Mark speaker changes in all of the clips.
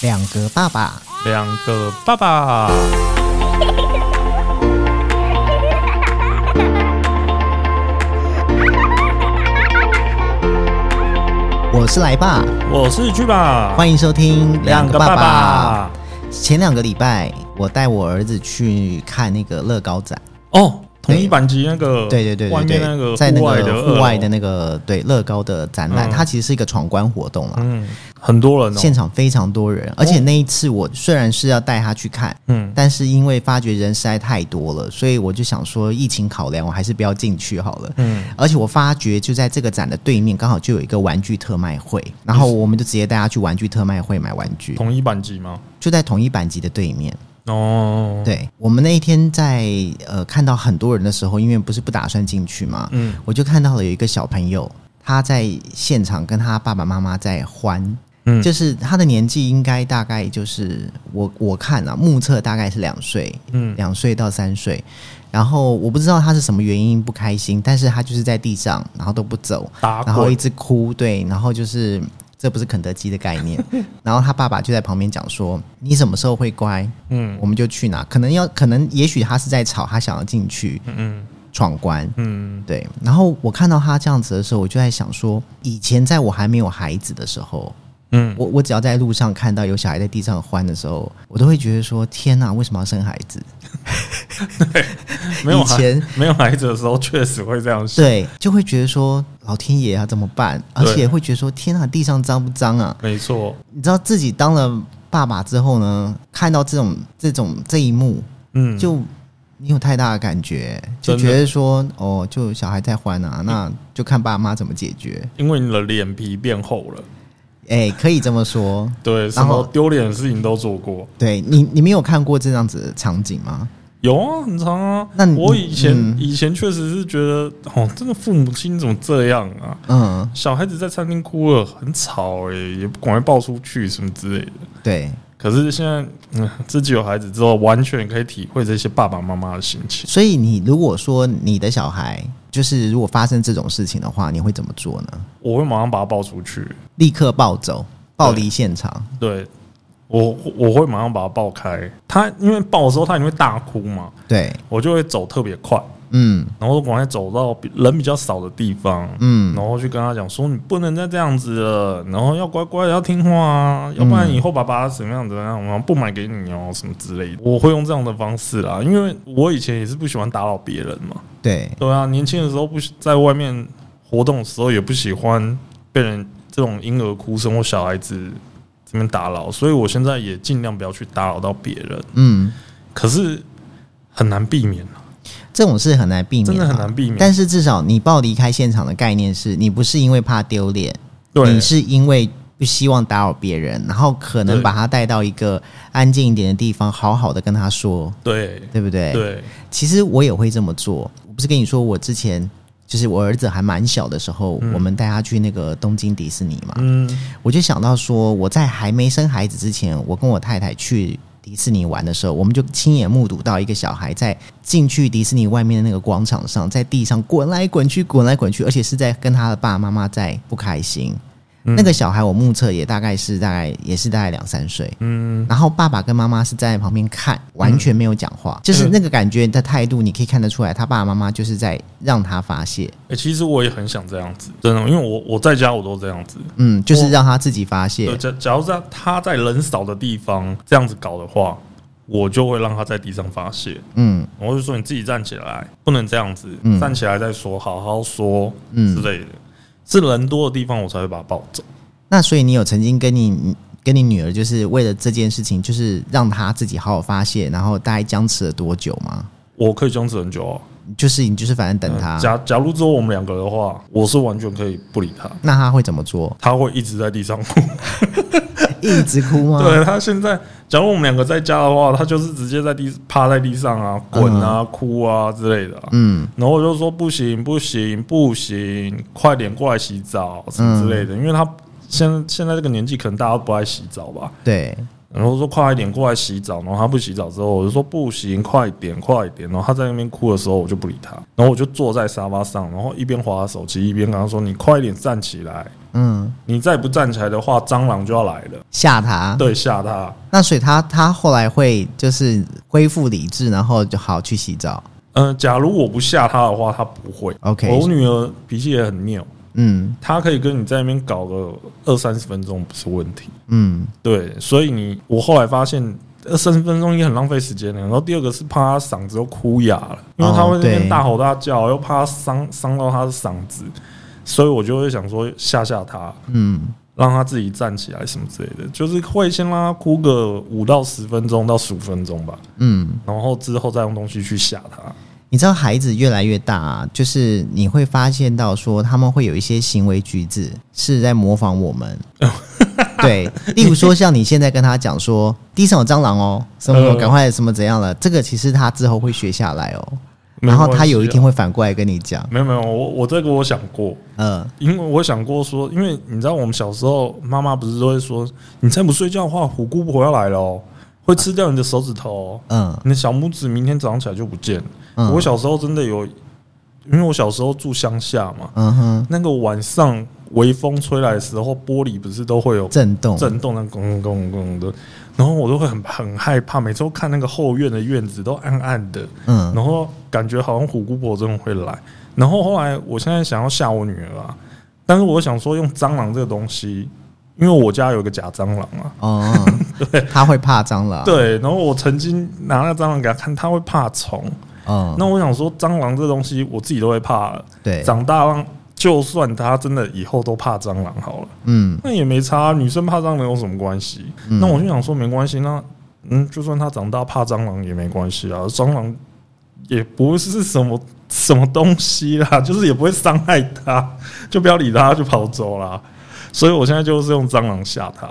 Speaker 1: 两个爸爸，
Speaker 2: 两个爸爸。
Speaker 1: 我是来爸，
Speaker 2: 我是去吧，
Speaker 1: 欢迎收听
Speaker 2: 爸
Speaker 1: 爸。前两个礼拜，我带我儿子去看那个乐高展，
Speaker 2: 哦，同一版级那个，
Speaker 1: 对对对
Speaker 2: 呃外
Speaker 1: 对
Speaker 2: 面那个
Speaker 1: 对，在那
Speaker 2: 户
Speaker 1: 个
Speaker 2: 外的
Speaker 1: 户外的
Speaker 2: 二楼，
Speaker 1: 那个对乐高的展览，
Speaker 2: 嗯
Speaker 1: 它其实是一个闯关活动啦。
Speaker 2: 嗯，很多人哦，
Speaker 1: 现场非常多人，而且那一次我虽然是要带他去看，
Speaker 2: 嗯，
Speaker 1: 但是因为发觉人实在太多了，所以我就想说疫情考量，我还是不要进去好了。
Speaker 2: 嗯，
Speaker 1: 而且我发觉就在这个展的对面，刚好就有一个玩具特卖会，然后我们就直接带他去玩具特卖会买玩具，
Speaker 2: 同一版级吗？
Speaker 1: 就在统一版级的对面。
Speaker 2: 哦，
Speaker 1: 对我们那一天在呃看到很多人的时候，因为不是不打算进去嘛，
Speaker 2: 嗯，
Speaker 1: 我就看到了有一个小朋友，他在现场跟他爸爸妈妈在欢，
Speaker 2: 嗯
Speaker 1: 就是他的年纪应该大概就是我我看啊，目测大概是两岁，
Speaker 2: 嗯
Speaker 1: 两岁到三岁。然后我不知道他是什么原因不开心，但是他就是在地上，然后都不走，
Speaker 2: 打
Speaker 1: 然后一
Speaker 2: 滚，
Speaker 1: 直哭，对，然后就是这不是肯德基的概 念。然后他爸爸就在旁边讲说：“你什么时候会乖？
Speaker 2: 嗯
Speaker 1: 我们就去哪。可能要，可能也许他是在吵，他想要进去
Speaker 2: 嗯
Speaker 1: 闯关。
Speaker 2: 嗯
Speaker 1: 对，然后我看到他这样子的时候，我就在想说，以前在我还没有孩子的时候，
Speaker 2: 嗯
Speaker 1: 我我只要在路上看到有小孩在地上欢的时候，我都会觉得说，天哪，为什么要生孩子？
Speaker 2: 嗯，没有
Speaker 1: 以
Speaker 2: 孩
Speaker 1: 前
Speaker 2: 没有孩子的时候，确实会这样想，
Speaker 1: 对，就会觉得说，老天爷要怎么办？而
Speaker 2: 对
Speaker 1: 且会觉得说，天哪，地上脏不脏啊？
Speaker 2: 没错，
Speaker 1: 你知道自己当了爸爸之后呢，看到这种这种这一幕，
Speaker 2: 嗯，
Speaker 1: 就你有太大的感觉，就
Speaker 2: 真的
Speaker 1: 觉得说哦，就小孩在欢啊，那就看爸妈怎么解决。
Speaker 2: 因为你的脸皮变厚了，
Speaker 1: 哎、可以这么说。
Speaker 2: 对，什
Speaker 1: 然后
Speaker 2: 么丢脸的事情都做过。
Speaker 1: 对你，你没有看过这样子的场景吗？
Speaker 2: 有啊，很长啊。
Speaker 1: 那你
Speaker 2: 我以前、
Speaker 1: 嗯
Speaker 2: 以前确实是觉得，哦，真的父母亲怎么这样啊？
Speaker 1: 嗯，
Speaker 2: 小孩子在餐厅哭了，很吵哎、也不赶快抱出去什么之类的。
Speaker 1: 对，
Speaker 2: 可是现在，嗯，自己有孩子之后，完全可以体会这些爸爸妈妈的心情。
Speaker 1: 所以你如果说你的小孩就是如果发生这种事情的话，你会怎么做呢？
Speaker 2: 我会马上把他抱出去，
Speaker 1: 立刻暴走，暴离现场。
Speaker 2: 对我我会马上把他抱开。他因为抱的时候，他一定会大哭嘛，
Speaker 1: 对，
Speaker 2: 我就会走特别快，
Speaker 1: 嗯
Speaker 2: 然后赶快走到比人比较少的地方，
Speaker 1: 嗯
Speaker 2: 然后去跟他讲说，你不能再这样子了，然后要乖乖的要听话啊，要不然以后爸爸怎么样怎么样，我不买给你哦，什么之类的。我会用这样的方式啦，因为我以前也是不喜欢打扰别人嘛，
Speaker 1: 对，
Speaker 2: 对啊，年轻的时候不喜在外面活动的时候也不喜欢被人这种婴儿哭声或小孩子这边打扰，所以我现在也尽量不要去打扰到别人，
Speaker 1: 嗯，
Speaker 2: 可是很难避免啊，
Speaker 1: 这种事很难避免、啊
Speaker 2: 真的很难避免
Speaker 1: 但是至少你暴离开现场的概念是你不是因为怕丢脸，
Speaker 2: 对
Speaker 1: 你，是因为不希望打扰别人，然后可能
Speaker 2: 对
Speaker 1: 把他带到一个安静一点的地方，好好的跟他说，
Speaker 2: 对，
Speaker 1: 对不对？。
Speaker 2: 对，
Speaker 1: 其实我也会这么做。我不是跟你说，我之前就是我儿子还蛮小的时候，我们带他去那个东京迪士尼嘛，
Speaker 2: 嗯
Speaker 1: 我就想到说，我在还没生孩子之前，我跟我太太去。迪士尼玩的时候，我们就亲眼目睹到一个小孩在进去迪士尼外面的那个广场上，在地上滚来滚去、滚来滚去，而且是在跟他的爸爸妈妈在不开心。
Speaker 2: 嗯
Speaker 1: 那个小孩，我目测也大概是大概也是大概两三岁，
Speaker 2: 嗯。
Speaker 1: 然后爸爸跟妈妈是站在旁边看，完全没有讲
Speaker 2: 嗯
Speaker 1: 话，就是那个感觉的态度，你可以看得出来，他爸爸妈妈就是在让他发泄，
Speaker 2: 哎、其实我也很想这样子，真的，因为我我在家我都这样子。
Speaker 1: 嗯，就是让他自己发泄
Speaker 2: 对，，假假如在他在人少的地方这样子搞的话，我就会让他在地上发泄。
Speaker 1: 嗯
Speaker 2: 我就说你自己站起来，不能这样子，
Speaker 1: 嗯
Speaker 2: 站起来再说，好好说之
Speaker 1: 嗯。
Speaker 2: 类的。是人多的地方我才会把他抱走。
Speaker 1: 那所以你有曾经跟你跟你女儿，就是为了这件事情，就是让她自己好好发泄，然后大概僵持了多久吗？
Speaker 2: 我可以僵持很久哦。
Speaker 1: 就是你就是反正等她，
Speaker 2: 嗯假假如只有我们两个的话，我是完全可以不理他，
Speaker 1: 那她会怎么做？
Speaker 2: 他会一直在地上 哭。
Speaker 1: 一直哭吗？
Speaker 2: 对他现在，假如我们两个在家的话，他就是直接在地趴在地上啊，滚啊、哭啊之类的啊、
Speaker 1: 嗯
Speaker 2: 然后我就说不行不行不行，快点过来洗澡什么之类的，因为他现在现在这个年纪，可能大家都不爱洗澡吧。
Speaker 1: 对，
Speaker 2: 然后说快一点过来洗澡，然后他不洗澡之后，我就说不行，快点快点。然后他在那边哭的时候，我就不理他，然后我就坐在沙发上，然后一边划手机一边跟他说：“你快一点站起来，
Speaker 1: 嗯，
Speaker 2: 你再不站起来的话，蟑螂就要来了，
Speaker 1: 吓他。
Speaker 2: 对，吓他。
Speaker 1: 那所以他他后来会就是恢复理智，然后就好去洗澡。
Speaker 2: 嗯、假如我不吓他的话，他不会。
Speaker 1: OK
Speaker 2: 我女儿脾气也很拗，
Speaker 1: 嗯
Speaker 2: 她可以跟你在那边搞个二三十分钟不是问题。
Speaker 1: 嗯，
Speaker 2: 对，所以你我后来发现，二三十分钟也很浪费时间的。然后第二个是怕他嗓子都哭哑了，因为他会
Speaker 1: 哦
Speaker 2: 在那
Speaker 1: 对
Speaker 2: 边大吼大叫，又怕他伤伤到他的嗓子，所以我就会想说吓吓他，
Speaker 1: 嗯，
Speaker 2: 让他自己站起来什么之类的，就是会先让他哭个五到十分钟到十五分钟吧，
Speaker 1: 嗯，
Speaker 2: 然后之后再用东西去吓他。
Speaker 1: 你知道孩子越来越大、啊，就是你会发现到说他们会有一些行为举止是在模仿我 们。对，例如说像你现在跟他讲说地上有蟑螂哦，什么什么，
Speaker 2: 嗯
Speaker 1: 赶快什么怎样了，这个其实他之后会学下来哦。
Speaker 2: 没
Speaker 1: 然后
Speaker 2: 关
Speaker 1: 他
Speaker 2: 系
Speaker 1: 有一
Speaker 2: 啊
Speaker 1: 天会反过来跟你讲，
Speaker 2: 没有没有，我我这个我想过，
Speaker 1: 嗯、
Speaker 2: 因为我想过说，因为你知道我们小时候，妈妈不是都会说，你再不睡觉的话，虎姑婆要来了哦，会吃掉你的手指头哦，
Speaker 1: 嗯
Speaker 2: 你的小拇指明天早上起来就不见了。
Speaker 1: 嗯，
Speaker 2: 我小时候真的有，因为我小时候住乡下嘛，
Speaker 1: 嗯哼，
Speaker 2: 那个晚上微风吹来的时候，玻璃不是都会有
Speaker 1: 震动，
Speaker 2: 震动，那咚咚咚咚的，然后我都会很很害怕，每次都看那个后院的院子都暗暗的，
Speaker 1: 嗯
Speaker 2: 然后感觉好像虎姑婆真的会来。然后后来，我现在想要吓我女儿啊，但是我想说用蟑螂这个东西，因为我家有一个假蟑螂啊，
Speaker 1: 哦，对，他会怕蟑螂，，
Speaker 2: 对。然后我曾经拿那个蟑螂给她看，她会怕虫。
Speaker 1: 嗯，
Speaker 2: 那我想说，蟑螂这东西我自己都会怕了，
Speaker 1: 对，
Speaker 2: 长大让就算她真的以后都怕蟑螂好了，
Speaker 1: 嗯
Speaker 2: 那也没差。啊女生怕蟑螂有什么关系？
Speaker 1: 嗯
Speaker 2: 那我就想说，没关系，那嗯，就算他长大怕蟑螂也没关系啊，蟑螂也不是什么什么东西啦， 就是也不会伤害他，就不要理他，他就跑走啦。所以我现在就是用蟑螂吓他，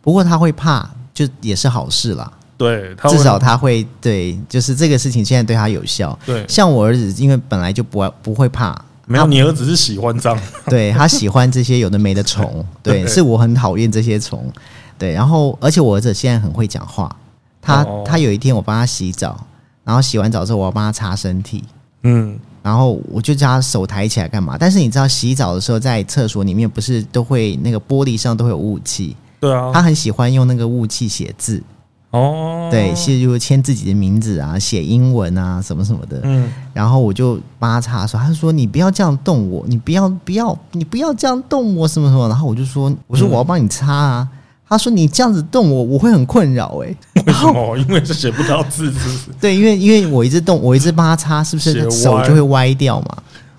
Speaker 1: 不过他会怕，就也是好事啦。
Speaker 2: 对他会
Speaker 1: 至少他会对，就是这个事情现在对他有效。
Speaker 2: 对，
Speaker 1: 像我儿子，因为本来就不不会怕，
Speaker 2: 没有你儿子是喜欢蟑螂，
Speaker 1: 对他喜欢这些有的没的虫，对，
Speaker 2: 对
Speaker 1: 是我很讨厌这些虫，对。然后，而且我儿子现在很会讲话，他、
Speaker 2: 哦
Speaker 1: 他有一天我帮他洗澡，然后洗完澡之后我要帮他擦身体，
Speaker 2: 嗯，
Speaker 1: 然后我就叫他手抬起来干嘛？但是你知道，洗澡的时候在厕所里面不是都会那个玻璃上都会有雾气，
Speaker 2: 对啊，
Speaker 1: 他很喜欢用那个雾气写字，
Speaker 2: 哦，
Speaker 1: 对，写如签自己的名字啊，写英文啊什么什么的。
Speaker 2: 嗯，
Speaker 1: 然后我就帮他擦手，他就说你不要这样动我，你不要不要你不要这样动我什么什么。然后我就说我说我要帮你擦啊，他说你这样子动我我会很困扰哎、
Speaker 2: 为什 么？因为是写不到字，是不是？
Speaker 1: 对，因为因为我一直动，我一直帮他擦，是不
Speaker 2: 写
Speaker 1: 是
Speaker 2: 歪
Speaker 1: 手就会歪掉嘛？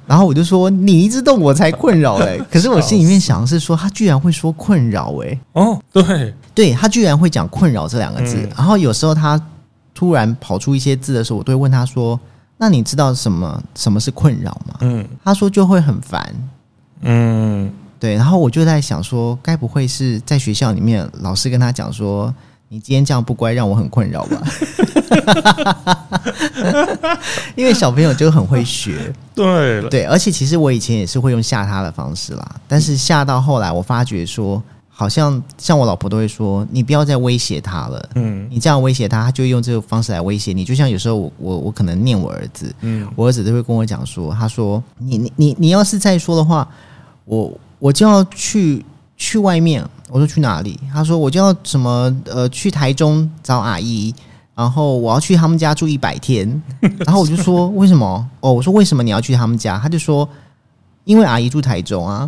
Speaker 1: 然后我就说你一直动我才困扰 嘞、可是我心里面想的是说他居然会说困扰哎、
Speaker 2: 哦，对，
Speaker 1: 对他居然会讲困扰这两个字。
Speaker 2: 嗯
Speaker 1: 然后有时候他突然跑出一些字的时候，我都会问他说：“那你知道什么什么是困扰吗
Speaker 2: 嗯？”
Speaker 1: 他说就会很烦。
Speaker 2: 嗯，
Speaker 1: 对，然后我就在想说，该不会是在学校里面老师跟他讲说，你今天这样不乖，让我很困扰吧？ 因为小朋友就很会学，
Speaker 2: 对了，
Speaker 1: 对，而且其实我以前也是会用吓他的方式啦，但是吓到后来，我发觉说，好像像我老婆都会说，你不要再威胁他了，
Speaker 2: 嗯
Speaker 1: 你这样威胁他，他就会用这个方式来威胁你。就像有时候我我我可能念我儿子，
Speaker 2: 嗯，
Speaker 1: 我儿子都会跟我讲说，他说你你你你要是再说的话，我我就要去去外面。我说去哪里？他说我就要什么呃去台中找阿姨，然后我要去他们家住一百 天。然后我就说为什么？哦，我说为什么你要去他们家？他就说因为阿姨住台中啊。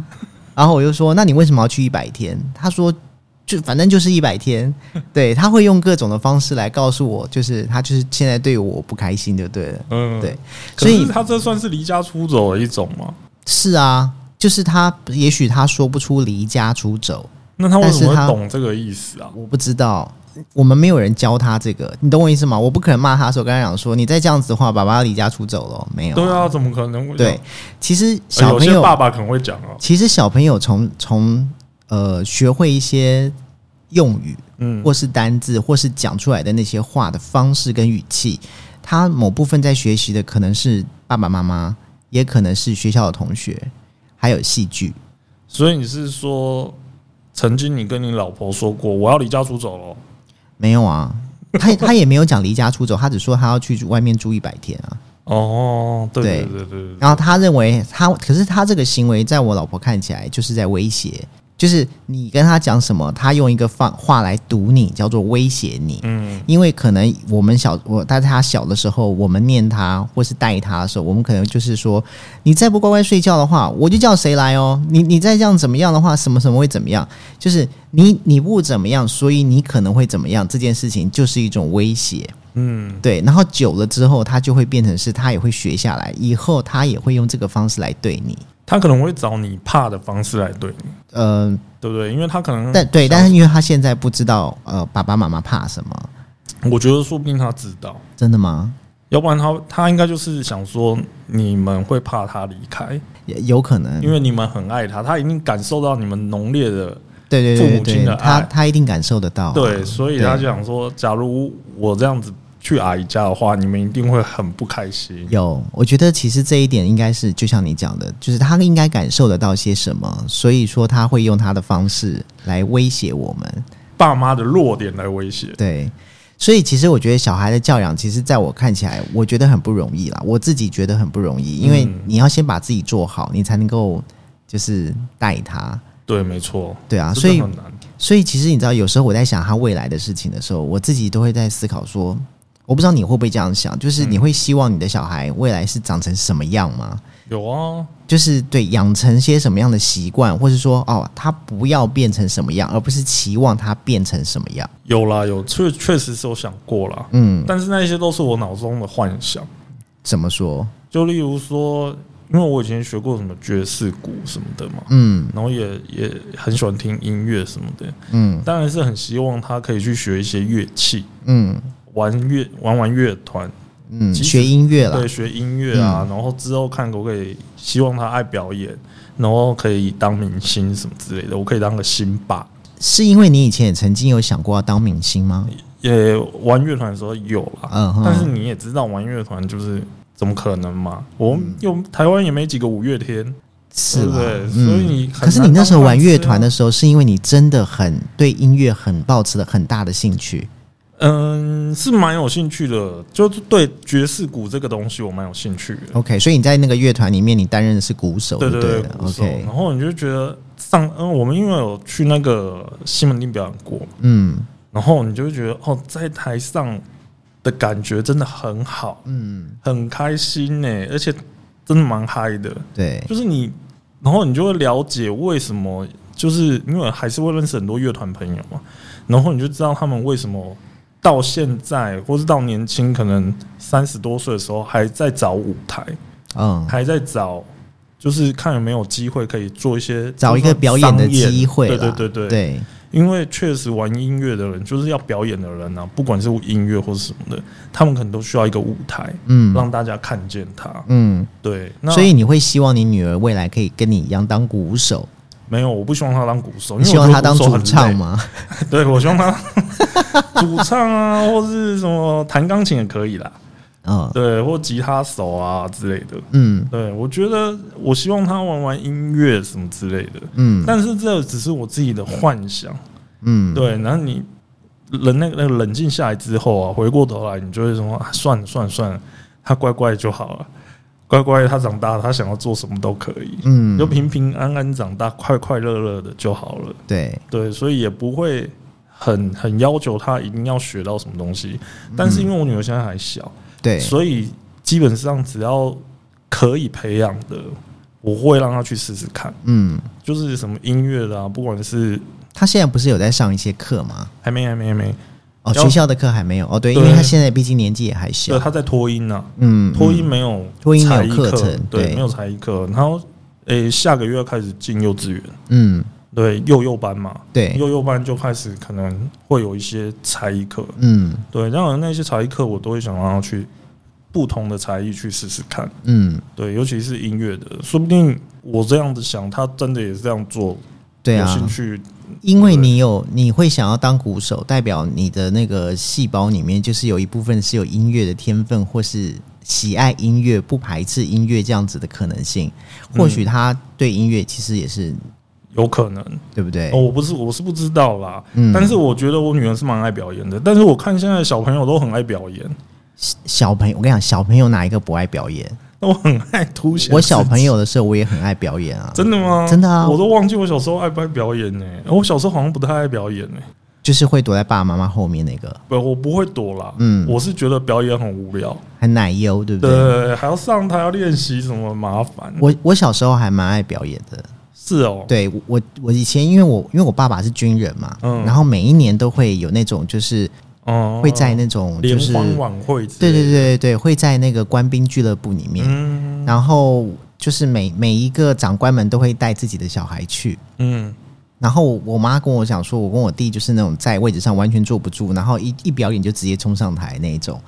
Speaker 1: 然后我就说那你为什么要去一百天？他说。就反正就是一百天，对他会用各种的方式来告诉我，就是他就是现在对我不开心就对了。
Speaker 2: 嗯，
Speaker 1: 对。
Speaker 2: 可
Speaker 1: 所以
Speaker 2: 是他这算是离家出走的一种吗？
Speaker 1: 是啊，就是他，也许他说不出离家出走，
Speaker 2: 那他为什么
Speaker 1: 但是他
Speaker 2: 会懂这个意思啊？
Speaker 1: 我不知道，我们没有人教他这个，你懂我意思吗？我不可能骂他的时候跟他讲说，你再这样子的话，爸爸要离家出走了，没有、
Speaker 2: 对，啊，怎么可能会？
Speaker 1: 对，其实
Speaker 2: 呃
Speaker 1: 小
Speaker 2: 有
Speaker 1: 朋
Speaker 2: 些
Speaker 1: 友，
Speaker 2: 爸爸可能会讲哦，
Speaker 1: 其实小朋友从从呃学会一些用语，
Speaker 2: 嗯，
Speaker 1: 或是单字，或是讲出来的那些话的方式跟语气，他某部分在学习的可能是爸爸妈妈，也可能是学校的同学，还有戏剧。
Speaker 2: 所以你是说，曾经你跟你老婆说过我要离家出走了？
Speaker 1: 没有啊，他他也没有讲离家出走，他只说他要去外面住一百天啊。
Speaker 2: 哦，对
Speaker 1: 对
Speaker 2: 对对对对，
Speaker 1: 然后他认为他，可是他这个行为在我老婆看起来就是在威胁，就是你跟他讲什么，他用一个放话来堵你，叫做威胁你。
Speaker 2: 嗯，
Speaker 1: 因为可能我们小我在他小的时候，我们念他或是带他的时候，我们可能就是说，你再不乖乖睡觉的话，我就叫谁来哦。你你再这样怎么样的话，什么什么会怎么样？就是你你不怎么样，所以你可能会怎么样。这件事情就是一种威胁，
Speaker 2: 嗯，
Speaker 1: 对。然后久了之后，他就会变成是，他也会学下来，以后他也会用这个方式来对你。
Speaker 2: 他可能会找你怕的方式来对你，
Speaker 1: 呃，
Speaker 2: 对不对？因为他可能
Speaker 1: 但对，
Speaker 2: 想
Speaker 1: 但是因为他现在不知道，呃，爸爸妈妈怕什么，
Speaker 2: 我觉得说不定他知道，
Speaker 1: 真的吗？
Speaker 2: 要不然他他应该就是想说你们会怕他离开，
Speaker 1: 也有可能，
Speaker 2: 因为你们很爱他，他已经感受到你们浓烈的
Speaker 1: 对对
Speaker 2: 父
Speaker 1: 对
Speaker 2: 母
Speaker 1: 对
Speaker 2: 亲的
Speaker 1: 对，他
Speaker 2: 爱
Speaker 1: 他一定感受得到啊、
Speaker 2: 哦对，所以他就
Speaker 1: 对
Speaker 2: 想说，假如我这样子去阿姨家的话，你们一定会很不开心。
Speaker 1: 有，我觉得其实这一点应该是就像你讲的，就是他应该感受得到些什么，所以说他会用他的方式来威胁我们。
Speaker 2: 爸妈的弱点来威胁，
Speaker 1: 对，所以其实我觉得小孩的教养，其实在我看起来，我觉得很不容易啦。我自己觉得很不容易，因为
Speaker 2: 嗯
Speaker 1: 你要先把自己做好，你才能够就是带他。
Speaker 2: 对，没错，
Speaker 1: 对啊，
Speaker 2: 这
Speaker 1: 所
Speaker 2: 真
Speaker 1: 以
Speaker 2: 的很难。
Speaker 1: 所以其实你知道，有时候我在想他未来的事情的时候，我自己都会在思考说，我不知道你会不会这样想，就是
Speaker 2: 嗯
Speaker 1: 你会希望你的小孩未来是长成什么样吗？
Speaker 2: 有啊，
Speaker 1: 就是对养成些什么样的习惯，或是说哦，他不要变成什么样，而不是期望他变成什么样。
Speaker 2: 有啦，有确确实是有想过啦，
Speaker 1: 嗯，
Speaker 2: 但是那些都是我脑中的幻想。
Speaker 1: 怎么说？
Speaker 2: 就例如说，因为我以前学过什么爵士鼓什么的嘛，
Speaker 1: 嗯
Speaker 2: 然后也也很喜欢听音乐什么的，
Speaker 1: 嗯
Speaker 2: 当然是很希望他可以去学一些乐器，
Speaker 1: 嗯
Speaker 2: 玩乐玩玩乐团，
Speaker 1: 嗯，
Speaker 2: 其实
Speaker 1: 学音乐啦
Speaker 2: 对，，学音乐
Speaker 1: 嗯
Speaker 2: 啊，然后之后看可不可以，希望他爱表演，然后可以当明星什么之类的，我可以当个星爸。
Speaker 1: 是因为你以前也曾经有想过要当明星吗？
Speaker 2: 也玩乐团的时候有啦，
Speaker 1: 嗯哼
Speaker 2: 啊但是你也知道，玩乐团就是怎么可能嘛？我们又台湾也没几个五月天，
Speaker 1: 嗯是啦
Speaker 2: 对
Speaker 1: 嗯
Speaker 2: 所以你很
Speaker 1: 可是你那时候玩乐团
Speaker 2: 难当大啊
Speaker 1: 的时候，是因为你真的很对音乐很抱持了很大的兴趣。
Speaker 2: 嗯，是蛮有兴趣的，就是对爵士鼓这个东西我蛮有兴趣的。
Speaker 1: OK，所以你在那个乐团里面，你担任的是鼓手，
Speaker 2: 对
Speaker 1: 哦对
Speaker 2: 对，
Speaker 1: 了
Speaker 2: 鼓手。
Speaker 1: OK，
Speaker 2: 然后你就觉得上，嗯，我们因为有去那个西门町表演过，
Speaker 1: 嗯
Speaker 2: 然后你就会觉得哦，在台上的感觉真的很好，
Speaker 1: 嗯，
Speaker 2: 很开心呢、欸而且真的蛮嗨的。
Speaker 1: 对，
Speaker 2: 就是你，然后你就会了解为什么，就是因为还是会认识很多乐团朋友嘛，然后你就知道他们为什么到现在，或是到年轻，可能三十多岁的时候还在找舞台，
Speaker 1: 嗯，
Speaker 2: 还在找，就是看有没有机会可以做一些
Speaker 1: 找一个表演的
Speaker 2: 商
Speaker 1: 机会
Speaker 2: 对
Speaker 1: 啦，
Speaker 2: 对对对，因为确实玩音乐的人，就是要表演的人啊，不管是音乐或是什么的，他们可能都需要一个舞台，
Speaker 1: 嗯
Speaker 2: 让大家看见他。
Speaker 1: 嗯，
Speaker 2: 对，那
Speaker 1: 所以你会希望你女儿未来可以跟你一样当鼓手，
Speaker 2: 没有，我不希望他当鼓手，因
Speaker 1: 你
Speaker 2: 为
Speaker 1: 希
Speaker 2: 我
Speaker 1: 望
Speaker 2: 觉
Speaker 1: 她
Speaker 2: 得
Speaker 1: 当
Speaker 2: 鼓手
Speaker 1: 主
Speaker 2: 很
Speaker 1: 唱
Speaker 2: 累？
Speaker 1: 吗？
Speaker 2: 对，我希望他 主唱啊，或是什么弹钢琴也可以啦，
Speaker 1: 嗯
Speaker 2: 对，或吉他手啊之类的。
Speaker 1: 嗯
Speaker 2: 对，我觉得我希望他玩玩音乐什么之类的，
Speaker 1: 嗯
Speaker 2: 但是这只是我自己的幻想。
Speaker 1: 嗯，
Speaker 2: 对，然后你冷那个那个冷静下来之后啊，回过头来，你就会说、啊、算了算了算了，他乖乖就好了，乖乖他长大了，他想要做什么都可以，
Speaker 1: 嗯
Speaker 2: 就平平安安长大，快快乐乐的就好了。
Speaker 1: 对，
Speaker 2: 对，所以也不会很很要求他一定要学到什么东西。但是因为我女儿现在还小，
Speaker 1: 嗯对，
Speaker 2: 所以基本上只要可以培养的，我会让她去试试看，
Speaker 1: 嗯，
Speaker 2: 就是什么音乐的啊，不管是
Speaker 1: 她现在不是有在上一些课吗？
Speaker 2: 还没还没还没，
Speaker 1: 哦，
Speaker 2: 要
Speaker 1: 学校的课还没有哦，对，因
Speaker 2: 对
Speaker 1: 为她现在毕竟年纪也还小
Speaker 2: 对，，她在脱音呢、啊。
Speaker 1: 嗯，
Speaker 2: 脱音
Speaker 1: 嗯
Speaker 2: 没有
Speaker 1: 脱音没有
Speaker 2: 才艺
Speaker 1: 课程
Speaker 2: 对，
Speaker 1: 对
Speaker 2: 没有才艺课。然后，诶、下个月要开始进幼稚园，
Speaker 1: 嗯，
Speaker 2: 对，幼幼班嘛，
Speaker 1: 对，
Speaker 2: 幼幼班就开始可能会有一些才艺课，
Speaker 1: 嗯
Speaker 2: 对，然后那些才艺课我都会想让他去不同的才艺去试试看，
Speaker 1: 嗯，
Speaker 2: 对，尤其是音乐的，说不定我这样子想，他真的也是这样做，
Speaker 1: 对啊
Speaker 2: 有，兴趣，
Speaker 1: 因为你有你会想要当鼓手，代表你的那个细胞里面就是有一部分是有音乐的天分，或是喜爱音乐、不排斥音乐这样子的可能性。或
Speaker 2: 嗯
Speaker 1: 许他对音乐其实也是
Speaker 2: 有可能。
Speaker 1: 对不对？
Speaker 2: 哦，我不是，我是不知道啦，
Speaker 1: 嗯
Speaker 2: 但是我觉得我女儿是蛮爱表演的，但是我看现在的小朋友都很爱表演，
Speaker 1: 小朋友，我跟你讲，小朋友哪一个不爱表演？
Speaker 2: 那我很爱凸显。
Speaker 1: 我小朋友的时候，我也很爱表演啊，
Speaker 2: 啊真的吗？
Speaker 1: 真的啊
Speaker 2: 我都忘记我小时候爱不爱表演呢、我小时候好像不太爱表演呢、
Speaker 1: 就是会躲在爸爸妈妈后面那个，
Speaker 2: 不，我不会躲啦。
Speaker 1: 嗯
Speaker 2: 我是觉得表演很无聊，
Speaker 1: 很奶油，对不对？
Speaker 2: 对，还要上台要练习，什么麻烦？
Speaker 1: 我我小时候还蛮爱表演的，
Speaker 2: 是哦，
Speaker 1: 对我我我以前因为我因为我爸爸是军人嘛，
Speaker 2: 嗯
Speaker 1: 然后每一年都会有那种就是
Speaker 2: 哦，
Speaker 1: 会在那种
Speaker 2: 联
Speaker 1: 就是
Speaker 2: 欢晚会之
Speaker 1: 对
Speaker 2: 类的，
Speaker 1: 对对对对，会在那个官兵俱乐部里面，
Speaker 2: 嗯
Speaker 1: 然后就是每每一个长官们都会带自己的小孩去。
Speaker 2: 嗯，
Speaker 1: 然后我妈跟我讲说，我跟我弟就是那种在位置上完全坐不住，然后一一表演就直接冲上台那一种。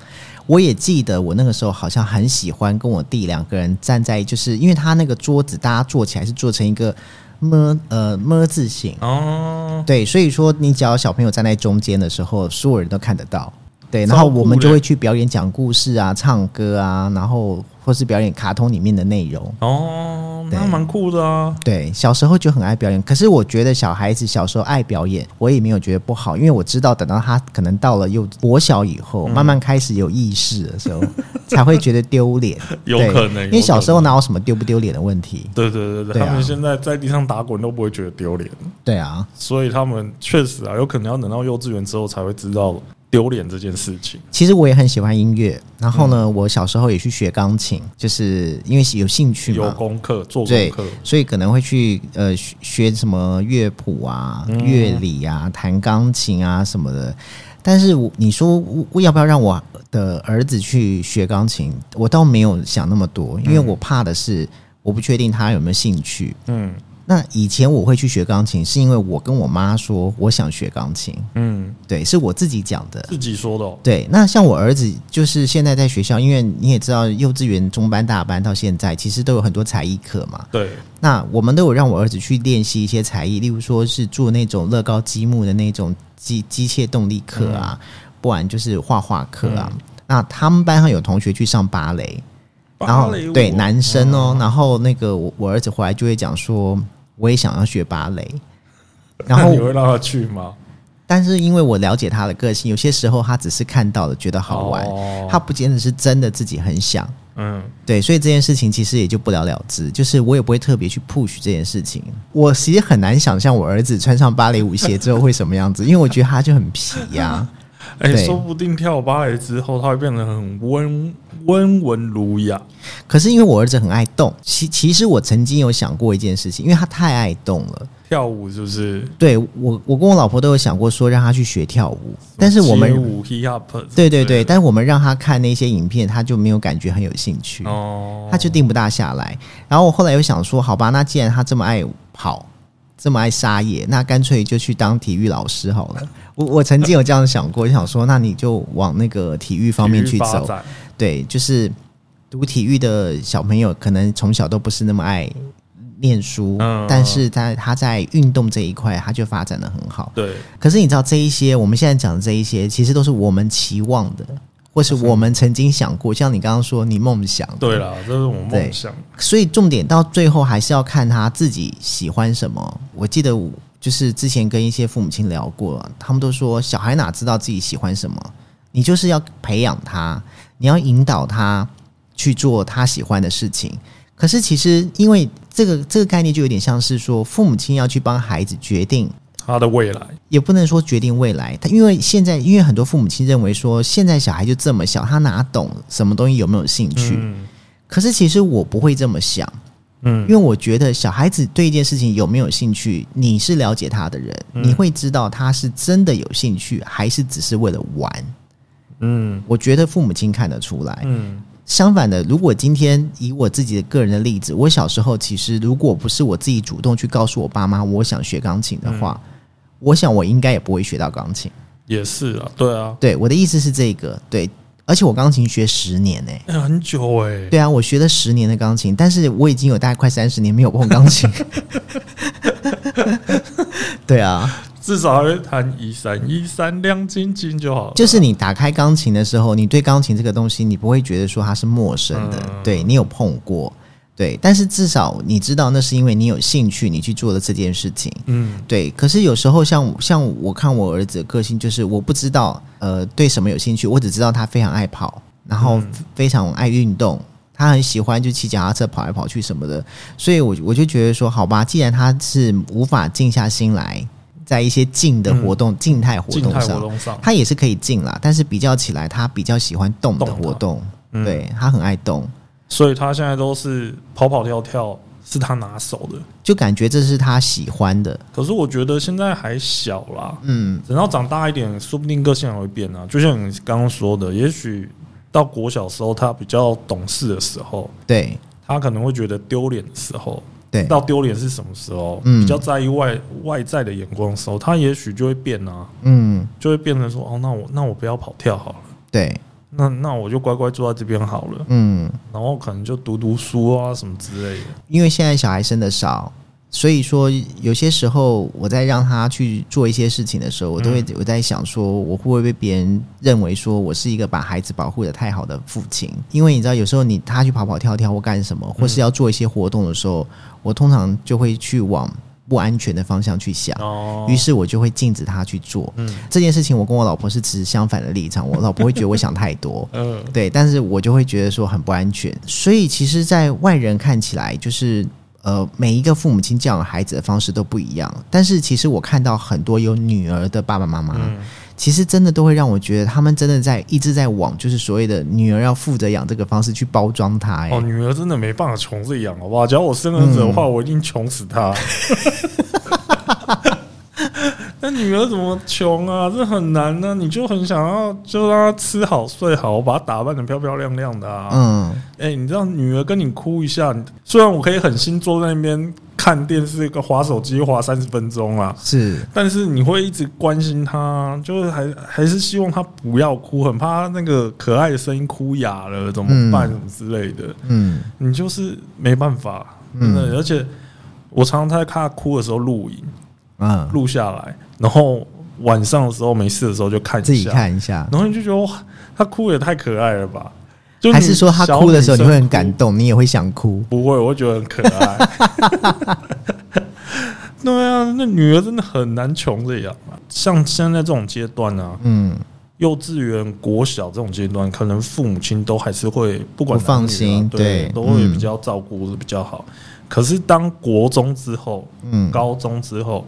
Speaker 1: 我也记得我那个时候好像很喜欢跟我弟两个人站在，就是因为他那个桌子大家坐起来是做成一个么呃么字形，
Speaker 2: 哦，
Speaker 1: 对，所以说你只要小朋友站在中间的时候，所有人都看得到。对，然后我们就会去表演讲故事啊、唱歌啊，然后或是表演卡通里面的内容。
Speaker 2: 哦，那
Speaker 1: 对
Speaker 2: 蛮酷的啊，
Speaker 1: 对，小时候就很爱表演，可是我觉得小孩子小时候爱表演，我也没有觉得不好，因为我知道等到他可能到了幼国小以后，
Speaker 2: 嗯
Speaker 1: 慢慢开始有意识的时候， 才会觉得丢脸。
Speaker 2: 有
Speaker 1: 对
Speaker 2: 可能
Speaker 1: 因为小时
Speaker 2: 有
Speaker 1: 候
Speaker 2: 可能
Speaker 1: 哪有什么丢不丢脸的问题？
Speaker 2: 对对对对，
Speaker 1: 对啊
Speaker 2: 他们现在在地上打滚都不会觉得丢脸，
Speaker 1: 对啊，
Speaker 2: 所以他们确实啊，有可能要等到幼稚园之后才会知道丢脸这件事情。
Speaker 1: 其实我也很喜欢音乐，然后呢，
Speaker 2: 嗯
Speaker 1: 我小时候也去学钢琴，就是因为有兴趣
Speaker 2: 有
Speaker 1: 嘛，
Speaker 2: 功课做功
Speaker 1: 对
Speaker 2: 课，，
Speaker 1: 所以可能会去呃学学什么乐谱啊、乐理啊、弹钢琴啊什么的。但是我你说我我要不要让我的儿子去学钢琴？我倒没有想那么多，因为我怕的是我不确定他有没有兴趣。
Speaker 2: 嗯
Speaker 1: 那以前我会去学钢琴，是因为我跟我妈说我想学钢琴，
Speaker 2: 嗯，
Speaker 1: 对，是我自己讲的。
Speaker 2: 自己说的、哦，
Speaker 1: 对，那像我儿子就是现在在学校，因为你也知道，幼稚园中班、大班到现在，其实都有很多才艺课嘛。
Speaker 2: 对，
Speaker 1: 那我们都有让我儿子去练习一些才艺，例如说是做那种乐高积木的那种机机械动力课啊，
Speaker 2: 嗯
Speaker 1: 不然就是画画课啊。那他们班上有同学去上芭蕾，然
Speaker 2: 芭
Speaker 1: 后
Speaker 2: 蕾舞啊嗯
Speaker 1: 对男生哦，然后那个我我儿子回来就会讲说，我也想要学芭蕾。然
Speaker 2: 那
Speaker 1: 后
Speaker 2: 你，会让他去吗？
Speaker 1: 但是因为我了解他的个性，有些时候他只是看到了觉得好玩，
Speaker 2: 哦
Speaker 1: 他不见得是真的自己很想。
Speaker 2: 嗯，
Speaker 1: 对，所以这件事情其实也就不了了之，就是我也不会特别去 push 这件事情。我其实很难想象我儿子穿上芭蕾舞鞋之后会什么样子，因为我觉得他就很皮呀、
Speaker 2: 哎、
Speaker 1: 对
Speaker 2: 说不定跳芭蕾之后，他会变得很温温文儒雅。
Speaker 1: 可是因为我儿子很爱动，其其实我曾经有想过一件事情，因为他太爱动了。
Speaker 2: 跳舞是不是？
Speaker 1: 对我，我跟我老婆都有想过说让他去学跳舞，但是我
Speaker 2: 街
Speaker 1: 们
Speaker 2: 舞 hip hop，
Speaker 1: 对对对，但是我们让他看那些影片，他就没有感觉很有兴趣。
Speaker 2: 哦，
Speaker 1: 他就定不大下来。然后我后来又想说，好吧，那既然他这么爱跑，这么爱撒野，那干脆就去当体育老师好了。我我曾经有这样想过，就想说，那你就往那个体育方面
Speaker 2: 体
Speaker 1: 去
Speaker 2: 育发
Speaker 1: 走。
Speaker 2: 展
Speaker 1: 对，就是读体育的小朋友，可能从小都不是那么爱念书，
Speaker 2: 嗯
Speaker 1: 但是他他在运动这一块，他就发展的很好。
Speaker 2: 对，
Speaker 1: 可是你知道这一些，我们现在讲的这一些，其实都是我们期望的，或是我们曾经想过，像你刚刚说你梦想的，
Speaker 2: 嗯对啦，这是我
Speaker 1: 对
Speaker 2: 梦想。
Speaker 1: 所以重点到最后还是要看他自己喜欢什么。我记得我就是之前跟一些父母亲聊过，他们都说小孩哪知道自己喜欢什么，你就是要培养他，你要引导他去做他喜欢的事情。可是其实因为这个这个概念就有点像是说，父母亲要去帮孩子决定
Speaker 2: 他的未来，
Speaker 1: 也不能说决定未来，他因为现在因为很多父母亲认为说，现在小孩就这么小，他哪懂什么东西有没有兴趣？
Speaker 2: 嗯
Speaker 1: 可是其实我不会这么想，因
Speaker 2: 嗯，
Speaker 1: 为我觉得小孩子对一件事情有没有兴趣，你是了解他的人，
Speaker 2: 嗯
Speaker 1: 你会知道他是真的有兴趣，还是只是为了玩。
Speaker 2: 嗯
Speaker 1: 我觉得父母亲看得出来。
Speaker 2: 嗯
Speaker 1: 相反的，如果今天以我自己的个人的例子，我小时候其实如果不是我自己主动去告诉我爸妈我想学钢琴的话，
Speaker 2: 嗯
Speaker 1: 我想我应该也不会学到钢琴。
Speaker 2: 也是啊，对啊，
Speaker 1: 对，我的意思是这个。对，而且我钢琴学十年呢、欸
Speaker 2: 哎、很久哎、
Speaker 1: 对啊，我学了十年的钢琴，但是我已经有大概快三十年没有碰钢琴。 对啊，
Speaker 2: 至少还会弹一三一三亮晶晶就好了。
Speaker 1: 就是你打开钢琴的时候，你对钢琴这个东西，你不会觉得说它是陌生的，
Speaker 2: 嗯
Speaker 1: 对你有碰过，对，但是至少你知道那是因为你有兴趣，你去做了这件事情。
Speaker 2: 嗯，
Speaker 1: 对，可是有时候像像我看我儿子的个性，就是我不知道呃对什么有兴趣，我只知道他非常爱跑，然后
Speaker 2: 嗯
Speaker 1: 非常爱运动，他很喜欢就骑脚踏车跑来跑去什么的，所以我我就觉得说，好吧，既然他是无法静下心来，在一些静的活动、静态活
Speaker 2: 嗯静
Speaker 1: 动
Speaker 2: 态活
Speaker 1: 上，
Speaker 2: 动上，
Speaker 1: 他也是可以静啦，但是比较起来，他比较喜欢动的
Speaker 2: 动的
Speaker 1: 活动，
Speaker 2: 嗯
Speaker 1: 对他很爱动，
Speaker 2: 所以他现在都是跑跑跳跳是他拿手的。
Speaker 1: 就感觉这是他喜欢的。
Speaker 2: 可是我觉得现在还小啦，
Speaker 1: 嗯，
Speaker 2: 等到长大一点，说不定个性还会变啊。就像你刚刚说的，也许到国小时候他比较懂事的时候，
Speaker 1: 对
Speaker 2: 他可能会觉得丢脸的时候，
Speaker 1: 对，
Speaker 2: 到丢脸是什么时候？
Speaker 1: 嗯
Speaker 2: 比较在意外外在的眼光的时候，他也许就会变啊，
Speaker 1: 嗯，
Speaker 2: 就会变成说哦，那我那我不要跑跳好了，
Speaker 1: 对，
Speaker 2: 那那我就乖乖坐在这边好了，
Speaker 1: 嗯，
Speaker 2: 然后可能就读读书啊什么之类的。
Speaker 1: 因为现在小孩生的少，所以说有些时候我在让他去做一些事情的时候，我都会、
Speaker 2: 嗯
Speaker 1: 我在想说，我会不会被别人认为说我是一个把孩子保护的太好的父亲？因为你知道，有时候你他去跑跑跳跳或干什么，或是要做一些活动的时候，我通常就会去往不安全的方向去想。
Speaker 2: 哦，
Speaker 1: 于是我就会禁止他去做、
Speaker 2: 嗯
Speaker 1: 这件事情。我跟我老婆是持相反的立场，我老婆会觉得我想太多，
Speaker 2: 嗯
Speaker 1: 对，但是我就会觉得说很不安全。所以其实，在外人看起来，就是呃，每一个父母亲教养孩子的方式都不一样。但是其实我看到很多有女儿的爸爸妈妈，
Speaker 2: 嗯，
Speaker 1: 其实真的都会让我觉得他们真的在一直在往就是所谓的女儿要负责养这个方式去包装她、欸。
Speaker 2: 哦，女儿真的没办法穷着养，好不好？假如我生儿子的
Speaker 1: 嗯
Speaker 2: 话，我一定穷死她。 那女儿怎么穷啊？这很难呢、你就很想要就让她吃好睡好，把她打扮的漂漂亮亮的啊。
Speaker 1: 嗯，
Speaker 2: 哎、你知道女儿跟你哭一下，虽然我可以很心坐在那边看电视、个划手机划三十分钟啊，
Speaker 1: 是，
Speaker 2: 但是你会一直关心她，啊就是还还是希望她不要哭，很怕她那个可爱的声音哭哑了怎么
Speaker 1: 嗯
Speaker 2: 办，什么之类的。
Speaker 1: 嗯
Speaker 2: 你就是没办法，真的。而且我常常在看他哭的时候录影，
Speaker 1: 嗯，
Speaker 2: 录下来，然后晚上的时候没事的时候就看一下，
Speaker 1: 自己，看一下。
Speaker 2: 然后你就觉得哇，他哭也太可爱了吧？就
Speaker 1: 还是说他哭的时候你会很感
Speaker 2: 动？
Speaker 1: 动，你也会想哭？
Speaker 2: 不会，我会觉得很可爱。 对啊，那女儿真的很难穷着养啊。像现在这种阶段啊，
Speaker 1: 嗯，
Speaker 2: 幼稚园、国小这种阶段，可能父母亲都还是会不管
Speaker 1: 不放
Speaker 2: 男女啊
Speaker 1: 心
Speaker 2: 对
Speaker 1: 对，
Speaker 2: 都会
Speaker 1: 嗯
Speaker 2: 比较照顾比较好。可是当国中之后、
Speaker 1: 嗯
Speaker 2: 高中之后，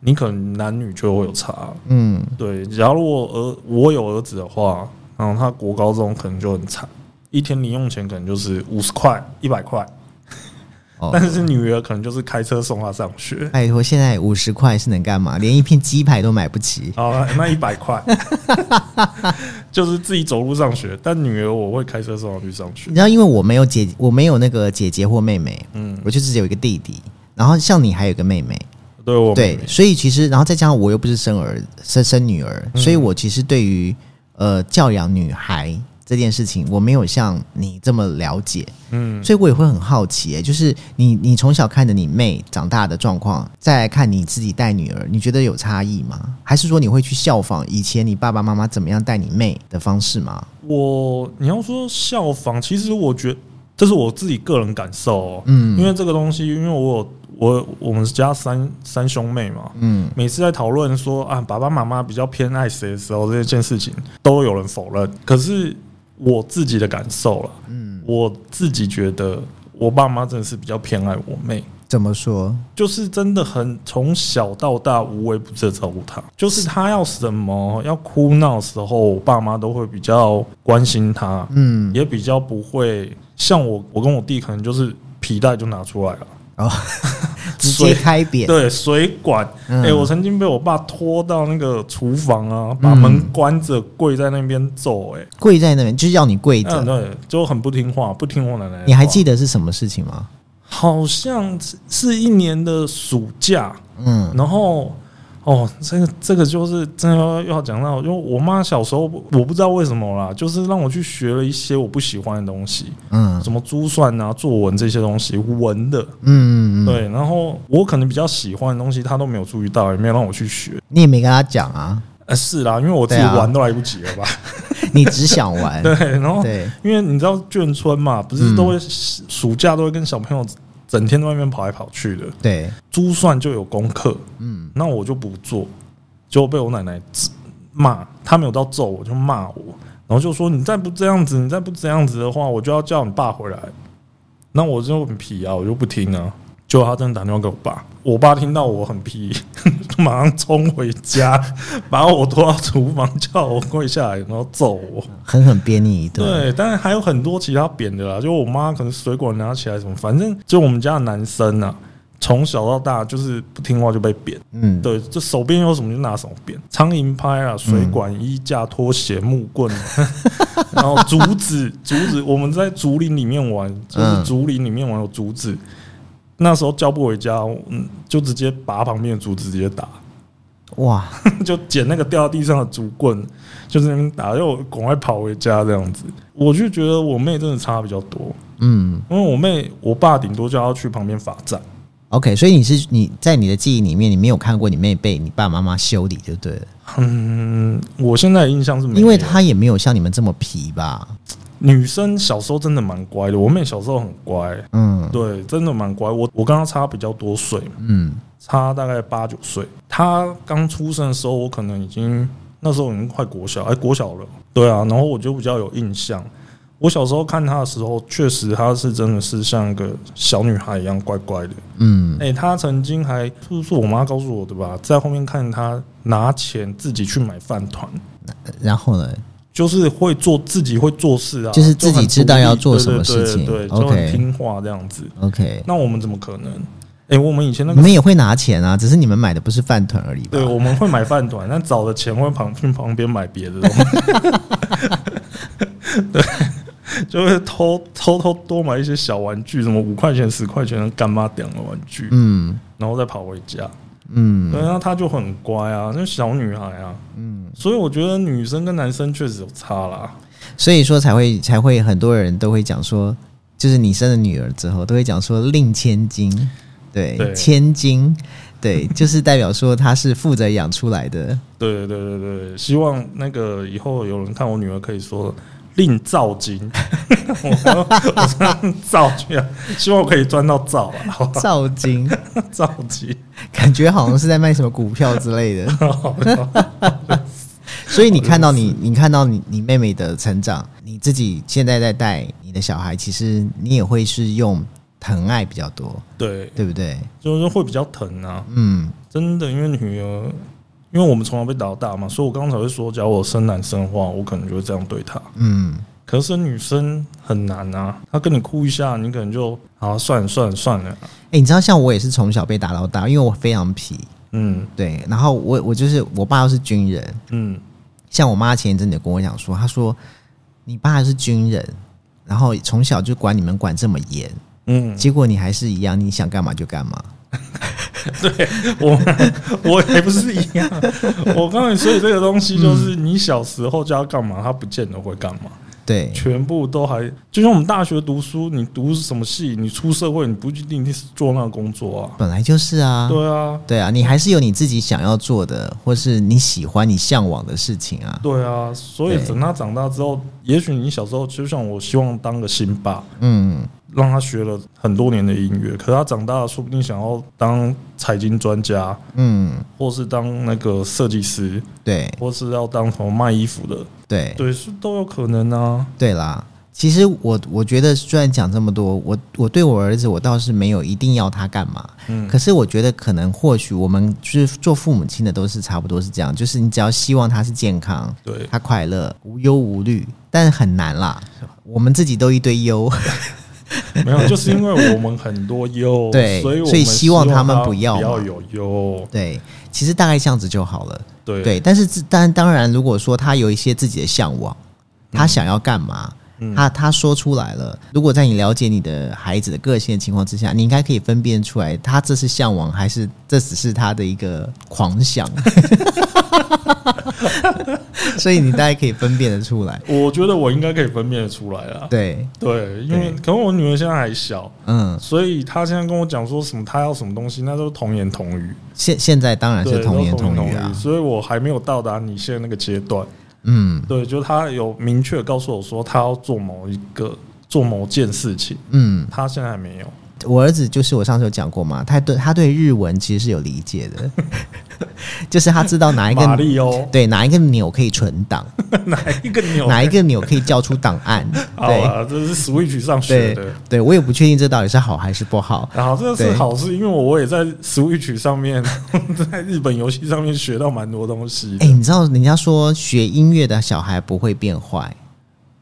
Speaker 2: 你可能男女就会有差。
Speaker 1: 嗯，
Speaker 2: 对，假如我儿我有儿子的话，然后他国高中可能就很惨，一天零用钱可能就是五十块、一百块，
Speaker 1: 哦
Speaker 2: 但是女儿可能就是开车送他上学。
Speaker 1: 拜托，现在五十块是能干嘛？连一片鸡排都买不起。
Speaker 2: 好了，那一 百块就是自己走路上学，但女儿我会开车送她去上学
Speaker 1: 你。知道，因为我没有姐，我没有那个姐姐或妹妹，
Speaker 2: 嗯，
Speaker 1: 我就只有一个弟弟。然后像你还有一个妹妹，
Speaker 2: 对我妹
Speaker 1: 对
Speaker 2: 妹，
Speaker 1: 所以其实，然后再加上我又不是生儿生生女儿，
Speaker 2: 嗯
Speaker 1: 所以我其实对于呃教养女孩这件事情，我没有像你这么了解，
Speaker 2: 嗯，
Speaker 1: 所以我也会很好奇、欸，就是你你从小看着你妹长大的状况，再来看你自己带女儿，你觉得有差异吗？还是说你会去效仿以前你爸爸妈妈怎么样带你妹的方式吗？
Speaker 2: 我你要说效仿，其实我觉这是我自己个人感受、哦，
Speaker 1: 嗯
Speaker 2: 因为这个东西，因为我有我我们家三三兄妹嘛，
Speaker 1: 嗯
Speaker 2: 每次在讨论说啊爸爸妈妈比较偏爱谁的时候，这件事情都有人否认。可是我自己的感受了，
Speaker 1: 嗯，
Speaker 2: 我自己觉得我爸妈真的是比较偏爱我妹。
Speaker 1: 怎么说？
Speaker 2: 就是真的很从小到大无微不至的照顾他，就是他要什么要哭闹的时候，我爸妈都会比较关心他，
Speaker 1: 嗯，
Speaker 2: 也比较不会像我，我跟我弟可能就是皮带就拿出来了，
Speaker 1: 直
Speaker 2: 水
Speaker 1: 接开扁。
Speaker 2: 对，水管，
Speaker 1: 嗯
Speaker 2: 哎、我曾经被我爸拖到那个厨房啊，把门关着，跪在那边揍、哎、
Speaker 1: 跪在那边，就是要你跪
Speaker 2: 嗯，
Speaker 1: 着。
Speaker 2: 对，就很不听话，不听我奶奶的话。
Speaker 1: 你还记得是什么事情吗？
Speaker 2: 好像是是一年的暑假，
Speaker 1: 嗯
Speaker 2: 然后哦，这个这个就是真的要要讲到，因为我妈小时候我不知道为什么啦，就是让我去学了一些我不喜欢的东西，
Speaker 1: 嗯
Speaker 2: 什么珠算啊、作文这些东西，文的。
Speaker 1: 嗯嗯，嗯，
Speaker 2: 对，然后我可能比较喜欢的东西，她都没有注意到，也没有让我去学。
Speaker 1: 你也没跟他讲 啊，
Speaker 2: 呃，是啦，因为我自己
Speaker 1: 对啊
Speaker 2: 玩都来不及了吧？
Speaker 1: 你只想玩。
Speaker 2: 对，然后
Speaker 1: 对，嗯
Speaker 2: 因为你知道眷村嘛，不是都会暑假都会跟小朋友整天在外面跑来跑去的，
Speaker 1: 对，
Speaker 2: 珠算就有功课，
Speaker 1: 嗯
Speaker 2: 那我就不做，结果被我奶奶骂，她没有到揍我就骂我，然后就说你再不这样子，你再不这样子的话，我就要叫你爸回来。那我就很皮啊，我就不听啊。结果他真的打电话给我爸，我爸听到我很皮， 就马上冲回家，把我拖到厨房，叫我跪下来，然后揍我。
Speaker 1: 狠狠鞭你一顿。
Speaker 2: 对，当然还有很多其他扁的啦，就我妈可能水果拿起来什么，反正就我们家的男生啊，从小到大就是不听话就被扁。
Speaker 1: 嗯，
Speaker 2: 对，这手边有什么就拿什么扁，苍蝇拍啊，水
Speaker 1: 嗯
Speaker 2: 管、衣架、拖鞋、木棍，啊然后竹子，竹子，我们在竹林里面玩，就是
Speaker 1: 嗯
Speaker 2: 竹林里面玩有竹子。那时候叫不回家，嗯，就直接拔旁边的竹子直接打，
Speaker 1: 哇，
Speaker 2: 就捡那个掉到地上的竹棍，就在那边打，又赶快跑回家这样子。我就觉得我妹真的差比较多，
Speaker 1: 嗯
Speaker 2: 因为我妹我爸顶多叫她去旁边罚站，
Speaker 1: ，OK，所以你是你在你的记忆里面，你没有看过你妹被你爸爸妈妈修理，就对了，
Speaker 2: 嗯，我现在的印象是没有，
Speaker 1: 因为她也没有像你们这么皮吧？
Speaker 2: 女生小时候真的蛮乖的，我妹小时候很乖，
Speaker 1: 嗯
Speaker 2: 对，真的蛮乖。我我跟她差比较多岁嘛，
Speaker 1: 嗯
Speaker 2: 差大概八九岁。她刚出生的时候，我可能已经那时候已经快国小，哎、国小了。对啊，然后我就比较有印象。我小时候看她的时候，确实她是真的是像一个小女孩一样乖乖的。
Speaker 1: 嗯，
Speaker 2: 哎、她曾经还是是我妈告诉我的吧，在后面看她拿钱自己去买饭团。
Speaker 1: 然后呢？
Speaker 2: 就是会做自己会做事啊，
Speaker 1: 就是自己
Speaker 2: 很
Speaker 1: 知道
Speaker 2: 独立
Speaker 1: 要做
Speaker 2: 对
Speaker 1: 什么
Speaker 2: 对对
Speaker 1: 事情
Speaker 2: 对，对
Speaker 1: OK
Speaker 2: 就很听话这样子。
Speaker 1: OK，
Speaker 2: 那我们怎么可能？哎，我们以前那
Speaker 1: 你
Speaker 2: 个，
Speaker 1: 们也会拿钱啊，只是你们买的不是饭团而已吧
Speaker 2: 对，？我们会买饭团，但找的钱会旁去旁边买 别的东西，对，就会偷偷偷多买一些小玩具，什么五块钱、十块钱的干妈点的玩具，
Speaker 1: 嗯
Speaker 2: 然后再跑回家。
Speaker 1: 嗯
Speaker 2: 对，啊，她就很乖啊，那小女孩啊，
Speaker 1: 嗯，
Speaker 2: 所以我觉得女生跟男生确实有差啦。
Speaker 1: 所以说才会才会很多人都会讲说，就是你生了女儿之后，都会讲说令千金，对，
Speaker 2: 对
Speaker 1: 千金，对，就是代表说她是负责养出来的。
Speaker 2: 对对对对对，希望那个以后有人看我女儿可以说令造金，我我说造去啊，希望我可以赚到造啊，好吧
Speaker 1: 照金，
Speaker 2: 造金，
Speaker 1: 感觉好像是在卖什么股票之类的。 所以你看到你，你看到你你妹妹的成长，你自己现在在带你的小孩，其实你也会是用疼爱比较多，
Speaker 2: 对，
Speaker 1: 对不对？
Speaker 2: 就是会比较疼啊，
Speaker 1: 嗯
Speaker 2: 真的，因为女儿，因为我们从小被打到大嘛，所以我刚才会说，假如我生男生的话，我可能就会这样对她。
Speaker 1: 嗯，
Speaker 2: 可是生女生很难啊，她跟你哭一下，你可能就啊算了算了算了，
Speaker 1: 哎、你知道像我也是从小被打到大，因为我非常皮，
Speaker 2: 嗯
Speaker 1: 对。然后我我就是我爸又是军人，
Speaker 2: 嗯，
Speaker 1: 像我妈前一阵子跟我讲说，她说你爸是军人，然后从小就管你们管这么严，
Speaker 2: 嗯，
Speaker 1: 结果你还是一样，你想干嘛就干嘛。
Speaker 2: 我 我也不是一样。我告诉你，所以这个东西就是
Speaker 1: 嗯
Speaker 2: 你小时候就要干嘛，他不见得会干嘛，
Speaker 1: 对，
Speaker 2: 全部都还就像我们大学读书，你读什么系，你出社会，你不一定是做那个工作啊。
Speaker 1: 本来就是啊。
Speaker 2: 对啊，
Speaker 1: 对啊，你还是有你自己想要做的，或是你喜欢、你向往的事情啊。
Speaker 2: 对啊，所以
Speaker 1: 对
Speaker 2: 等他长大之后，也许你小时候就像我希望当个新爸，
Speaker 1: 嗯，
Speaker 2: 让他学了很多年的音乐，可他长大了，说不定想要当财经专家，
Speaker 1: 嗯，
Speaker 2: 或是当那个设计师，
Speaker 1: 对
Speaker 2: 或是要当什么卖衣服的，
Speaker 1: 对
Speaker 2: 对，是都有可能啊。
Speaker 1: 对啦。其实我我觉得，虽然讲这么多，我我对我儿子，我倒是没有一定要他干嘛。
Speaker 2: 嗯
Speaker 1: 可是我觉得，可能或许我们就是做父母亲的都是差不多是这样，就是你只要希望他是健康，
Speaker 2: 对，
Speaker 1: 他快乐、无忧无虑，但很难啦。我们自己都一堆忧，
Speaker 2: 没有，就是因为我们很多忧，
Speaker 1: 对
Speaker 2: 所以我们
Speaker 1: 所以
Speaker 2: 希
Speaker 1: 希
Speaker 2: 望
Speaker 1: 望他们
Speaker 2: 不
Speaker 1: 不要嘛
Speaker 2: 要有忧，
Speaker 1: 对，其实大概这样子就好了。
Speaker 2: 对
Speaker 1: 对，但是自但当然，如果说他有一些自己的向往，他想要干嘛，
Speaker 2: 嗯
Speaker 1: 他他说出来了。如果在你了解你的孩子的个性的情况之下，你应该可以分辨出来，他这是向往，还是这只是他的一个狂 想。所以你大概可以分辨得出来。
Speaker 2: 我觉得我应该可以分辨得出来啦。
Speaker 1: 对，
Speaker 2: 对，因为可能我女儿现在还小，
Speaker 1: 嗯，
Speaker 2: 所以她现在跟我讲说什么她要什么东西，那都是童言童语，
Speaker 1: 现现在当然
Speaker 2: 对，
Speaker 1: 是童言
Speaker 2: 都
Speaker 1: 童
Speaker 2: 童
Speaker 1: 语啊，
Speaker 2: 所以我还没有到达你现在那个阶段。
Speaker 1: 嗯
Speaker 2: 对，就是她有明确告诉我说她要做某一个做某件事情，
Speaker 1: 嗯，
Speaker 2: 她现在还没有。
Speaker 1: 我儿子就是我上次有讲过嘛，他对他对日文其实是有理解的， 就是他知道哪一
Speaker 2: 马
Speaker 1: 个
Speaker 2: 力哦，
Speaker 1: 对哪一个钮可以存 档，
Speaker 2: 哪一个牛？
Speaker 1: 哪一个钮可以叫出档案，
Speaker 2: 好
Speaker 1: 对。
Speaker 2: 啊，这是 Switch 上学
Speaker 1: 对
Speaker 2: 的。嗯
Speaker 1: 对，我也不确定这到底是好还是不好。
Speaker 2: 然后这是
Speaker 1: 对
Speaker 2: 好事，因为我也在 Switch 上面， 在日本游戏上面学到蛮多东西的
Speaker 1: 哎、。你知道人家说学音乐的小孩不会变坏，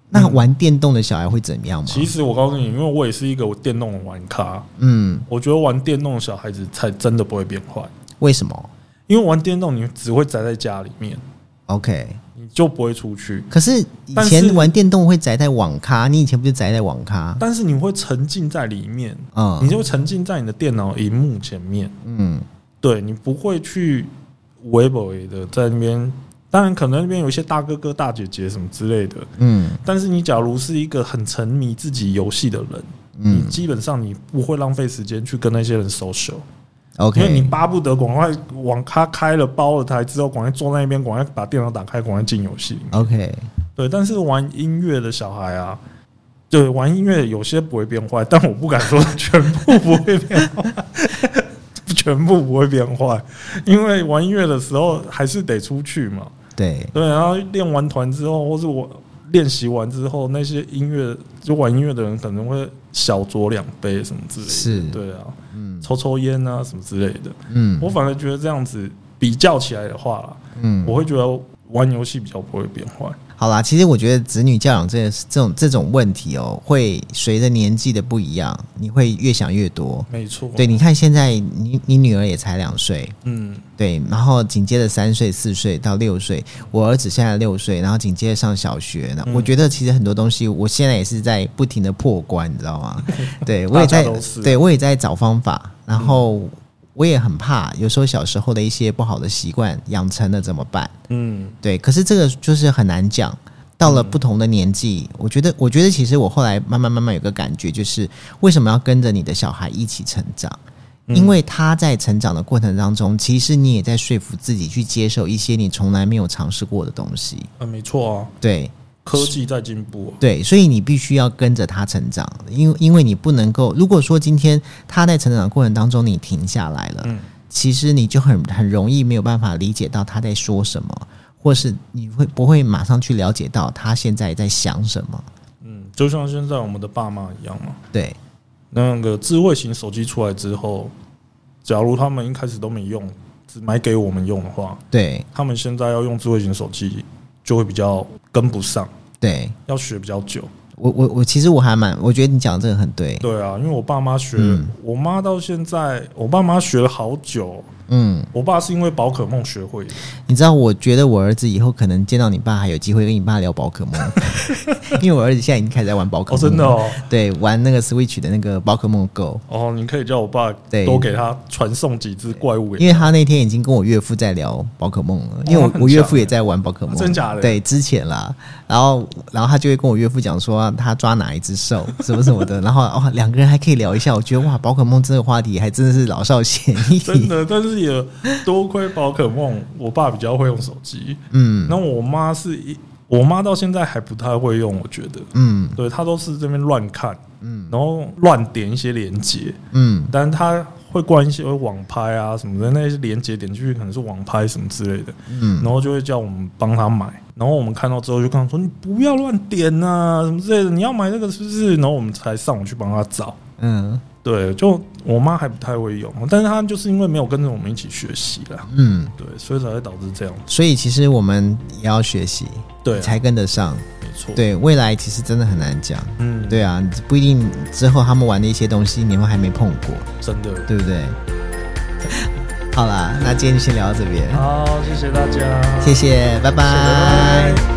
Speaker 1: 那玩电动的小孩会怎么样吗？
Speaker 2: 其实我告诉你，因为我也是一个电动玩咖，
Speaker 1: 嗯，
Speaker 2: 我觉得玩电动的小孩子才真的不会变坏，
Speaker 1: 为什么
Speaker 2: 因为玩电动你只会宅在家里面，
Speaker 1: ？OK，
Speaker 2: 你就不会出去。
Speaker 1: 可是以
Speaker 2: 但是
Speaker 1: 前玩电动会宅在网咖，你以前不是宅在网咖？
Speaker 2: 但是你会沉浸在里面，你
Speaker 1: 嗯
Speaker 2: 就沉浸在你的电脑荧幕前面，
Speaker 1: 嗯，
Speaker 2: 对你不会去微博的在那边。当然，可能那边有一些大哥哥、大姐姐什么之类的，
Speaker 1: 嗯
Speaker 2: 但是你假如是一个很沉迷自己游戏的人，你
Speaker 1: 嗯
Speaker 2: 基本上你不会浪费时间去跟那些人 social，因为你
Speaker 1: ，OK，
Speaker 2: 巴不得赶快网咖开了包了台之后，赶快坐那边，赶快把电脑打开，赶快进游戏里面。
Speaker 1: OK，
Speaker 2: 对，但是玩音乐的小孩啊，对，玩音乐有些不会变坏，但我不敢说全部不会变坏， 全部不会变坏，因为玩音乐的时候还是得出去嘛。
Speaker 1: 对，
Speaker 2: 对，然后练完团之后，或是我练习完之后，那些音乐就玩音乐的人可能会小酌两杯什么之类的，
Speaker 1: 是
Speaker 2: 对啊，
Speaker 1: 嗯
Speaker 2: 抽抽烟啊什么之类的。我
Speaker 1: 嗯
Speaker 2: 反而觉得这样子比较起来的话啦，
Speaker 1: 嗯，
Speaker 2: 我会觉得玩游戏比较不会变坏。
Speaker 1: 好啦，其实我觉得子女教养这这种这种问题哦，会随着年纪的不一样，你会越想越多。
Speaker 2: 没错，
Speaker 1: 对，，你看现在你你女儿也才两岁，
Speaker 2: 嗯，
Speaker 1: 对，然后紧接着三岁、四岁到六岁，我儿子现在六岁，然后紧接着上小学。那、
Speaker 2: 嗯
Speaker 1: 我觉得其实很多东西，我现在也是在不停的破关，你知道 吗？对我也
Speaker 2: 大
Speaker 1: 在
Speaker 2: 家都是，嗯
Speaker 1: 对我也在找方法，然后我也很怕，有时候小时候的一些不好的习惯养成了怎么办？
Speaker 2: 嗯，
Speaker 1: 对，可是这个就是很难讲。到了不同的年纪，我觉得，我觉得其实我后来慢慢慢慢有个感觉，就是为什么要跟着你的小孩一起成长？
Speaker 2: 嗯
Speaker 1: 因为他在成长的过程当中，其实你也在说服自己去接受一些你从来没有尝试过的东西。
Speaker 2: 啊，没错啊，
Speaker 1: 对
Speaker 2: 科技在进步、啊，
Speaker 1: 对，所以你必须要跟着他成长，因为因为你不能够，如果说今天他在成长的过程当中你停下来了，
Speaker 2: 嗯
Speaker 1: 其实你就很很容易没有办法理解到他在说什么，或是你会不会马上去了解到他现在在想什么？
Speaker 2: 嗯，就像现在我们的爸妈一样嘛，
Speaker 1: 对，
Speaker 2: 那个智慧型手机出来之后，假如他们一开始都没用，只买给我们用的话，
Speaker 1: 对，
Speaker 2: 他们现在要用智慧型手机就会比较跟不上，
Speaker 1: 对
Speaker 2: 要学比较久。
Speaker 1: 我我我其实我还蛮，我觉得你讲的这个很对，
Speaker 2: 对啊，因为我爸妈学，
Speaker 1: 嗯
Speaker 2: 我妈到现在，我爸妈学了好久。
Speaker 1: 嗯，
Speaker 2: 我爸是因为宝可梦学会的，
Speaker 1: 你知道，我觉得我儿子以后可能见到你爸还有机会跟你爸聊宝可梦， 因为我儿子现在已经开始在玩宝可
Speaker 2: 哦，
Speaker 1: 梦，
Speaker 2: 真的，哦，
Speaker 1: 对，玩那个 Switch 的那个宝可梦 Go。
Speaker 2: 哦，你可以叫我爸
Speaker 1: 对
Speaker 2: 多给他传送几只怪物
Speaker 1: 因
Speaker 2: 给
Speaker 1: 为他那天已经跟我岳父在聊宝可梦了，因为
Speaker 2: 哦很
Speaker 1: 我我岳父
Speaker 2: 强
Speaker 1: 也在玩宝可梦，
Speaker 2: 真假的
Speaker 1: 对，之前啦，然后然后他就会跟我岳父讲说他抓哪一只兽 什么什么的，然后哦两个人还可以聊一下，我觉得哇，宝可梦这个话题还真的是老少咸宜，
Speaker 2: 他，真的。但是也多亏宝可梦，我爸比较会用手机，
Speaker 1: 嗯
Speaker 2: 那我妈是一，我妈到现在还不太会用，我觉得，
Speaker 1: 嗯
Speaker 2: 对她都是这边乱看，嗯，然后乱点一些连接，
Speaker 1: 嗯
Speaker 2: 但是她会逛一些网拍啊什么的，那些连接点进去可能是网拍什么之类的，
Speaker 1: 嗯，
Speaker 2: 然后就会叫我们帮她买，然后我们看到之后就跟她说你嗯不要乱点呐、什么之类嗯的，你要买这个是不是？然后我们才上网去帮她找。
Speaker 1: 嗯
Speaker 2: 对，就我妈还不太会用，但是她就是因为没有跟着我们一起学习啦，
Speaker 1: 嗯，
Speaker 2: 对，所以才会导致这样。
Speaker 1: 所以其实我们也要学习，
Speaker 2: 对、啊，
Speaker 1: 才跟得上。
Speaker 2: 没错。，
Speaker 1: 对未来其实真的很难讲，
Speaker 2: 嗯，
Speaker 1: 对啊，不一定之后他们玩的一些东西你们还没碰过，
Speaker 2: 真的。
Speaker 1: 对不对？ 好啦，那今天就先聊到这边，
Speaker 2: 好，谢谢大家，
Speaker 1: 谢谢，拜拜
Speaker 2: 拜拜